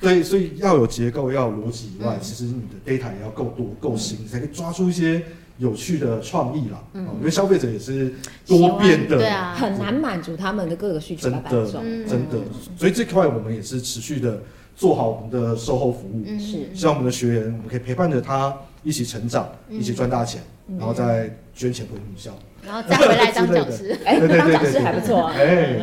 S3: 对，所以要有结构，要有逻辑以外，
S2: 嗯
S3: 其实你的 data 也要够多够新，你才可以抓出一些有趣的创意啦。嗯、因为消费者也是 *laughs* 多变的，
S2: 对
S1: *laughs*
S2: 啊，
S1: 很难满足他们的各个需求
S3: 真
S1: 百
S3: 的
S1: 百种。
S2: 嗯
S3: 真的，所以这块我们也是持续的做好我们的售后服务。
S2: 嗯
S1: 是
S3: 希望我们的学员，我们可以陪伴着他一起成长，
S1: 嗯
S3: 一起赚大钱，然后再捐钱回母校。
S2: 然后再回来当讲师。
S3: *laughs*
S1: 哎，
S3: 对对
S1: 当
S3: 对
S1: 讲师
S3: 对对，
S1: 还不错啊。
S3: 哎，对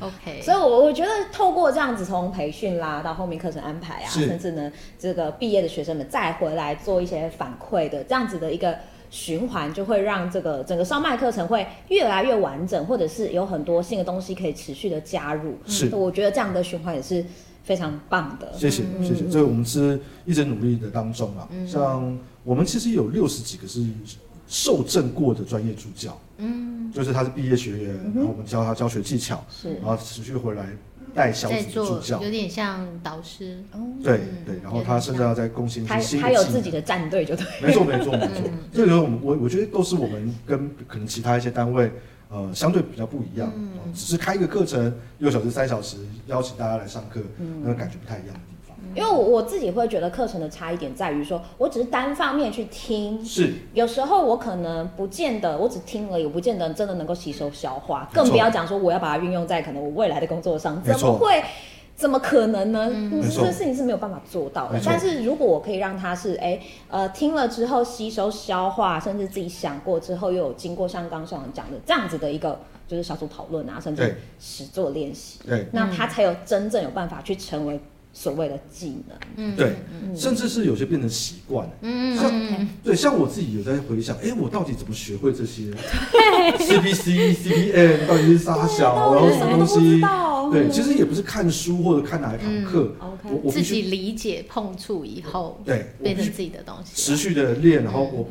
S2: OK，
S1: 所以，我我觉得透过这样子，从培训啦到后面课程安排啊，
S3: 是
S1: 甚至呢，这个毕业的学生们再回来做一些反馈的这样子的一个循环，就会让这个整个烧麦课程会越来越完整，或者是有很多新的东西可以持续的加入。
S3: 嗯是
S1: 我觉得这样的循环也是非常棒的。
S3: 谢谢谢谢，这个我们是一直努力的当中啊。
S1: 嗯
S3: 像我们其实有六十几个是受证过的专业助教，嗯，就是他是毕业学员，然后我们教他教学技巧，
S1: 嗯是
S3: 然后持续回来带小组
S2: 在
S3: 的助
S2: 做
S3: 教，
S2: 有点像导师，
S3: 对
S2: 嗯
S3: 对，然后他甚至要再贡献一
S1: 他
S3: 些新的
S1: 他有
S3: 技
S1: 自
S3: 能
S1: 己的战队，就对。
S3: 没错，没
S1: 嗯
S3: 错，没错。这个我们我我觉得都是我们跟可能其他一些单位呃相对比较不一样，
S1: 嗯
S3: 哦只是开一个课程六小时三小时邀请大家来上课，
S1: 嗯
S3: 那个感觉不太一样的地方。
S1: 因为我我自己会觉得课程的差异点在于说，我只是单方面去听，
S3: 是
S1: 有时候我可能不见得，我只听了，也不见得真的能够吸收消化，
S3: 没错
S1: 更不要讲说我要把它运用在可能我未来的工作上，
S3: 没
S1: 怎
S3: 错
S1: 么会？怎么可能呢？
S3: 没
S1: 嗯，
S3: 错
S1: 这个事情是没有办法做到
S3: 没
S1: 的
S3: 错。
S1: 但是如果我可以让它是哎呃听了之后吸收消化，甚至自己想过之后又有经过像刚刚校长讲的这样子的一个就是小组讨论啊，甚
S3: 对
S1: 至实做练习，
S2: 嗯
S3: 对
S1: 那他才有真正有办法去成为所谓的技能。
S2: 嗯，
S3: 对，甚至是有些变成习惯了。
S2: 嗯
S3: 像
S2: 嗯
S3: 对，像我自己有在回想，哎，我到底怎么学会这些 CPC、CPM 到底是啥
S1: 对
S3: 小，然
S1: 我
S3: 后
S1: 觉得
S3: 什
S1: 什
S3: 么
S1: 么都
S3: 东
S1: 不知
S3: 西？
S1: 道。
S3: 对，其实也不是看书或者看哪一堂课，
S1: 嗯，OK
S3: 我我
S2: 自
S3: 必须
S2: 己理解碰触以后，
S3: 对，我
S2: 变
S3: 必
S2: 成
S3: 须
S2: 自己的东西啊
S3: 持
S2: 了，
S3: 续的练，然后我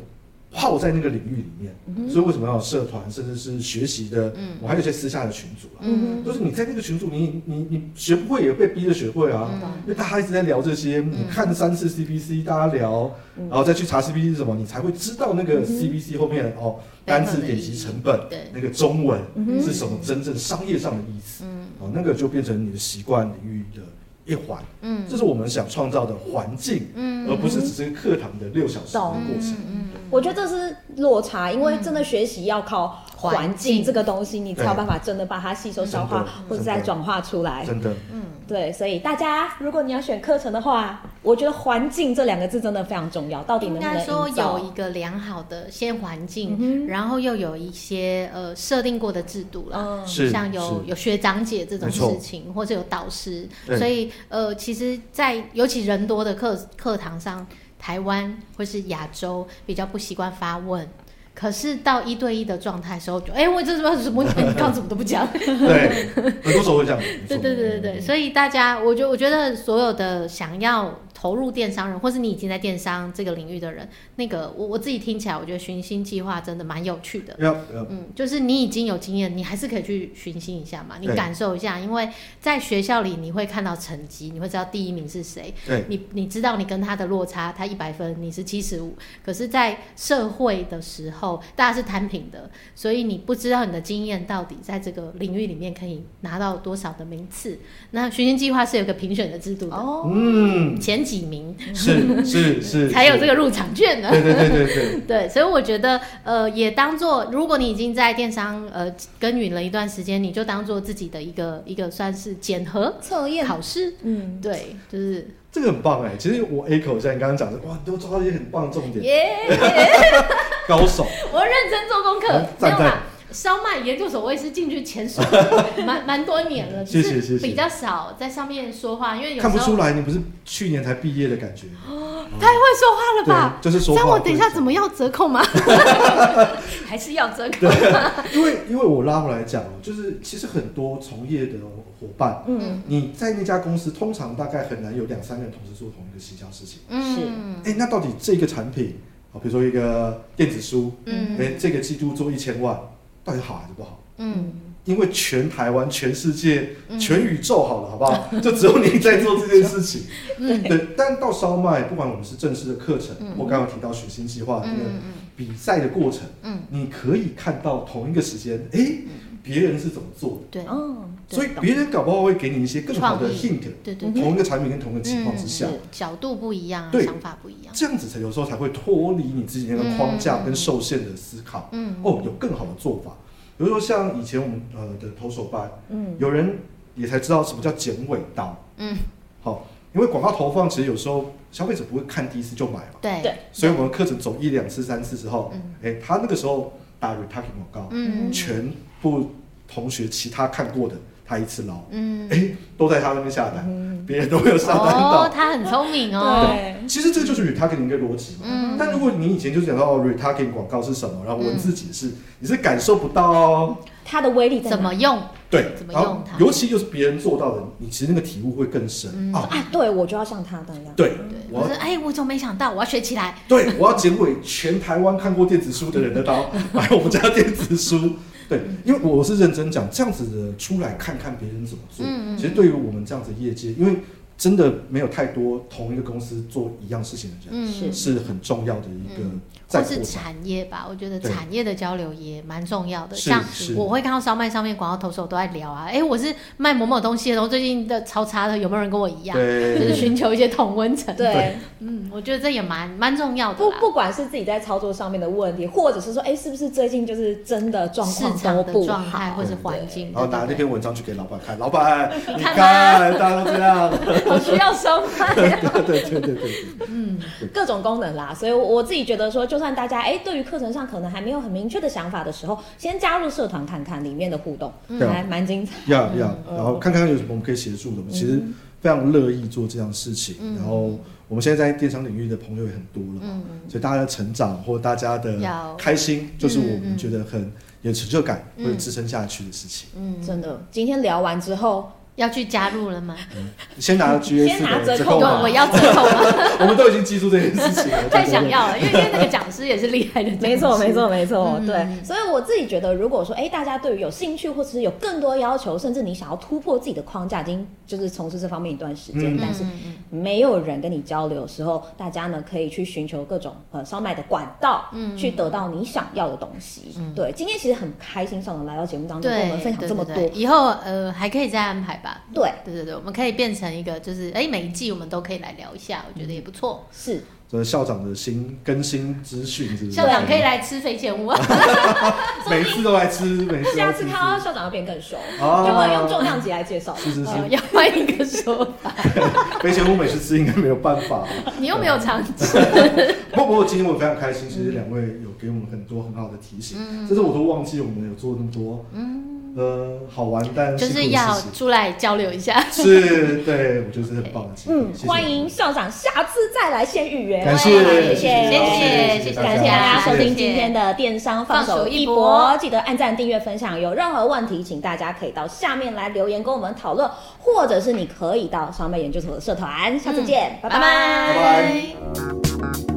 S3: 泡在那个领域里面，
S2: 嗯
S3: 所以为什么要有社团，甚至是学习的，我还有一些私下的群组啊，
S2: 嗯
S3: 就是你在那个群组，你你你学不会也被逼着学会啊，
S2: 嗯
S3: 因为大家一直在聊这些，你看三次 CBC，大家聊，
S2: 嗯
S3: 然后再去查 CBC 是什么，你才会知道那个 CBC 后面哦单字典籍成本，
S2: 对嗯
S3: 那个中文是什么真正商业上的意思，哦，那个就变成你的习惯领域的一环。
S2: 嗯
S3: 这是我们想创造的环境，
S2: 嗯
S3: 而不是只是课堂的六小时的过程。
S2: 嗯
S1: 我觉得这是落差，因为真的学习要靠环境这个东西，你才有办法真的把它吸收消化
S3: 真的，
S1: 或者再转化出来。
S3: 真的，
S1: 对，所以大家如果你要选课程的话，我觉得环境这两个字真的非常重要，到底能
S2: 应
S1: 不
S2: 该
S1: 能
S2: 说
S1: 营造
S2: 有一个良好的先环境，
S1: 嗯
S2: 然后又有一些呃设定过的制度啦，
S1: 嗯
S3: 是
S2: 像有
S3: 是
S2: 有学长姐这种
S3: 没错
S2: 事情，或者有导师，
S3: 对
S2: 所以呃，其实在，尤其人多的课课堂上，台湾或是亚洲比较不习惯发问。可是到一对一的状态的时候，就哎、我这是什
S3: *laughs*
S2: 么？你刚刚怎么都不讲？
S3: 对，很多时候会这样。没
S2: *laughs* 对
S3: 错
S2: 对对对
S3: 嗯
S2: 对，所以大家，我觉得我觉得所有的想要投入电商人，或是你已经在电商这个领域的人，那个我我自己听起来，我觉得寻星计划真的蛮有趣的。
S3: 要呃要
S2: 嗯，就是你已经有经验，你还是可以去寻星一下嘛，你
S3: 对
S2: 感受一下，因为在学校里你会看到成绩，你会知道第一名是谁，
S3: 对
S2: 你你知道你跟他的落差，他一百分，你是七十五，可是，在社会的时候，大家是摊平的，所以你不知道你的经验到底在这个领域里面可以拿到多少的名次。那寻星计划是有个评选的制度的，
S1: 哦，
S3: 嗯，
S2: 前几名 *laughs*
S3: 是是是，
S2: 才有
S3: 是
S2: 这个。入场券
S3: *laughs*
S2: 呢。
S3: 对对对对对，
S2: 对，所以我觉得，呃，也当做，如果你已经在电商呃耕耘了一段时间，你就当做自己的一个一个算是检核
S1: 测验，
S2: 考试，
S1: 嗯，
S2: 对，就是
S3: 这个很棒哎。其实我 echo 一下你刚刚讲的，哇，你都抓到一些很棒的重点，
S1: 耶，
S3: *laughs* 高手。
S2: 我认真做功课
S3: 嗯，
S2: 没有
S3: 赞
S2: 啦。烧麦研究所我也是进去潜
S3: *laughs*
S2: 水蛮蛮多年了，只
S3: 谢谢
S2: 是
S3: 谢谢
S2: 比较少在上面说话，因为有时
S3: 看
S2: 候
S3: 不出来，你不是去年才毕业的感觉，
S2: 太会说话了吧？
S3: 对就是说话
S2: 这样我等一下
S3: 会
S2: 怎么要折扣吗？ *laughs* 还是要折扣？
S3: 因为因为我拉回来讲哦，就是其实很多从业的伙伴，
S1: 嗯，
S3: 你在那家公司通常大概很难有两三个人同时做同一个形象事情。
S2: 嗯
S3: 哎，那到底这个产品，啊，比如说一个电子书，
S2: 嗯
S3: 哎，这个季度做一千万，到底好还是不好？
S2: 嗯，
S3: 因为全台湾、全世界、全宇宙好了，好
S2: *laughs*
S3: 不好？就只有你在做这件事情。
S2: 嗯
S3: 对，但到烧麦，不管我们是正式的课程，我刚刚提到学新计划那个比赛的过程，
S2: 嗯
S3: 你可以看到同一个时间，哎、别人是怎么做的，
S2: 对
S1: 哦，对
S3: 所以别人搞不好会给你一些更好的
S2: 创意嗯
S3: hint。
S2: 对对对，
S3: 同一个产品跟同一个嗯情况之下，
S1: 嗯
S2: 角度不一样啊，
S3: 对
S2: 想法不一样。
S3: 这样子才有时候才会脱离你自己那个框架跟受限的思考。
S2: 嗯
S3: 哦，有更好的做法，比如说像以前我们呃的投手班，
S1: 嗯，
S3: 有人也才知道什么叫剪尾刀。
S2: 嗯，
S3: 好、因为广告投放其实有时候消费者不会看第一次就买嘛，
S2: 对
S1: 对
S3: 所以我们课程走一两次、三次之后，
S2: 嗯
S3: 哎、
S1: 嗯
S3: 他那个时候打 retargeting 广告，
S2: 嗯
S3: 全部同学其他看过的他一次牢，
S2: 嗯，
S3: 哎、都在他那边下单，别人都没有下单到。
S2: 哦，他很聪明哦，
S1: 对，
S3: 其实这就是 retargeting 的逻辑嘛。
S2: 嗯
S3: 但如果你以前就讲到哦 retargeting 广告是什么，然后文字解释，
S2: 嗯
S3: 你是感受不到哦。
S1: 它的威力在哪
S2: 怎么用？
S3: 对
S2: 怎，么
S3: 然
S2: 用
S3: 后
S2: 它
S3: 尤其又是别人做到的，你其实那个体悟会更深
S2: 嗯
S3: 啊。
S1: 啊？对，我就要像他那样。
S3: 对
S2: 对，，我
S3: 我
S2: 说哎，我怎么没想到？我要学起来。
S3: 对，我要结尾全台湾看过电子书的人的刀，买哎我们家电
S2: *laughs*
S3: 子书。对，
S2: 嗯
S3: 因为我是认真讲，这样子的出来看看别人怎么做。
S2: 嗯嗯
S3: 其实对于我们这样子业界，因为真的没有太多同一个公司做一样事情的人，
S2: 嗯，
S3: 是很重要的一个
S2: 嗯
S3: 在
S2: 或
S3: 扩
S2: 是
S3: 展。
S2: 产业吧，我觉得
S3: 对
S2: 产业的交流也蛮重要的。
S3: 是
S2: 像
S3: 是
S2: 我会看到烧麦上面广告投手都在聊啊，哎，我是卖某某东西的，然后最近的超差的，有没有人跟我一样？ *laughs* 就是
S3: 对，
S2: 寻求一些同温层。
S1: 对，
S2: 嗯，我觉得这也蛮蛮重要的
S1: 不
S2: 啦。
S1: 不管是自己在操作上面的问题，或者是说，哎，是不是最近就是真的状
S2: 市
S1: 况
S2: 场
S1: 都
S2: 的
S1: 不
S2: 状态
S1: 好？
S2: 或是环境，
S3: 然后拿那
S2: 对
S3: 篇文章去给老板看，老板，
S2: *laughs*
S3: 你
S2: 看
S3: 看，大家都这样。 *laughs*
S1: 我需要收麦。
S3: 对对对对对，
S2: 嗯，
S1: *laughs* 各种功能啦，所以我我自己觉得说，就算大家哎对于课程上可能还没有很明确的想法的时候，先加入社团看看里面的互动，
S3: 对啊
S1: 还蛮精彩。
S2: 嗯
S3: 要要，然后看看有什么我们可以协助的，我们其实非常乐意做这样的事情。
S2: 嗯
S3: 然后我们现在在电商领域的朋友也很多了嘛，
S2: 嗯
S3: 所以大家的成长或大家的
S2: 有
S3: 开心，就是我
S2: 嗯
S3: 们
S2: 嗯
S3: 觉得很有成就感，
S2: 嗯
S3: 会支撑下去的事情。
S2: 嗯，
S1: 真的，今天聊完之后，
S2: 要去加入了吗？
S3: 先拿 G A
S1: 先拿
S3: 四的
S1: 折
S3: 折
S1: 扣
S3: 扣
S1: 懂
S2: 我
S1: 码
S3: 码
S2: 我，要折扣吗？
S3: 我们都已经记住这件事情了，
S2: *laughs* 太想要了，因为今天那个讲师也是厉害的讲师，
S1: 没错，没错，没错，
S2: 嗯
S1: 对。所以我自己觉得，如果说哎，诶大家对于有兴趣，或者是有更多要求，甚至你想要突破自己的框架，已经就是从事这方面一段时间，
S3: 嗯
S1: 但是没有人跟你交流的时候，大家呢可以去寻求各种呃烧麦的管道，
S2: 嗯
S1: 去得到你想要的东西。
S2: 嗯
S1: 对，今天其实很开心，上能来到节目当中跟
S2: 对，
S1: 我们分享这么多。
S2: 对对对以后呃还可以再安排吧。
S1: 对，
S2: 对对对，我们可以变成一个，就是哎，每一季我们都可以来聊一下，我觉得也不错。
S1: 是
S3: 这校长的新更新资讯
S1: 嗯
S3: 是不是？
S2: 校长可以，来吃肥前屋啊，
S3: 每次都来吃，每次都
S1: 啊下
S3: 来
S1: 次
S3: 吃。
S1: 看到校长要变更熟，
S3: 哦
S1: 有没有用重量级来介绍？
S3: 是是是，
S2: *laughs* 要换一个说
S1: *laughs*
S2: 法，
S1: 啊
S3: 肥前屋美食吃应该没有办法。
S2: 你又没有常吃，
S1: 啊
S3: 不不过今天我非常开心，其实
S2: 嗯
S3: 两位有给我们很多很好的提醒，甚至我都忘记我们有做那么多，呃，好玩但
S2: 嗯就
S3: 辛苦
S1: 啊
S2: 是
S3: 的
S2: 要
S3: 事情
S2: 出来交流一下。
S3: 是，对我觉得是很棒的机会。
S1: 嗯
S3: 谢，谢
S1: 欢迎校长下次再来先预约。
S3: 感谢
S1: 谢谢
S2: 谢谢谢谢
S1: 感谢大家收听今天的电商放手一搏
S2: 谢，
S1: 记得按赞、订阅、分享。有任何问题，请大家可以到下面来留言跟我们讨论，或嗯者是你可以到烧麦研究所的社团。下次见，拜
S2: 拜
S1: 拜
S3: 拜拜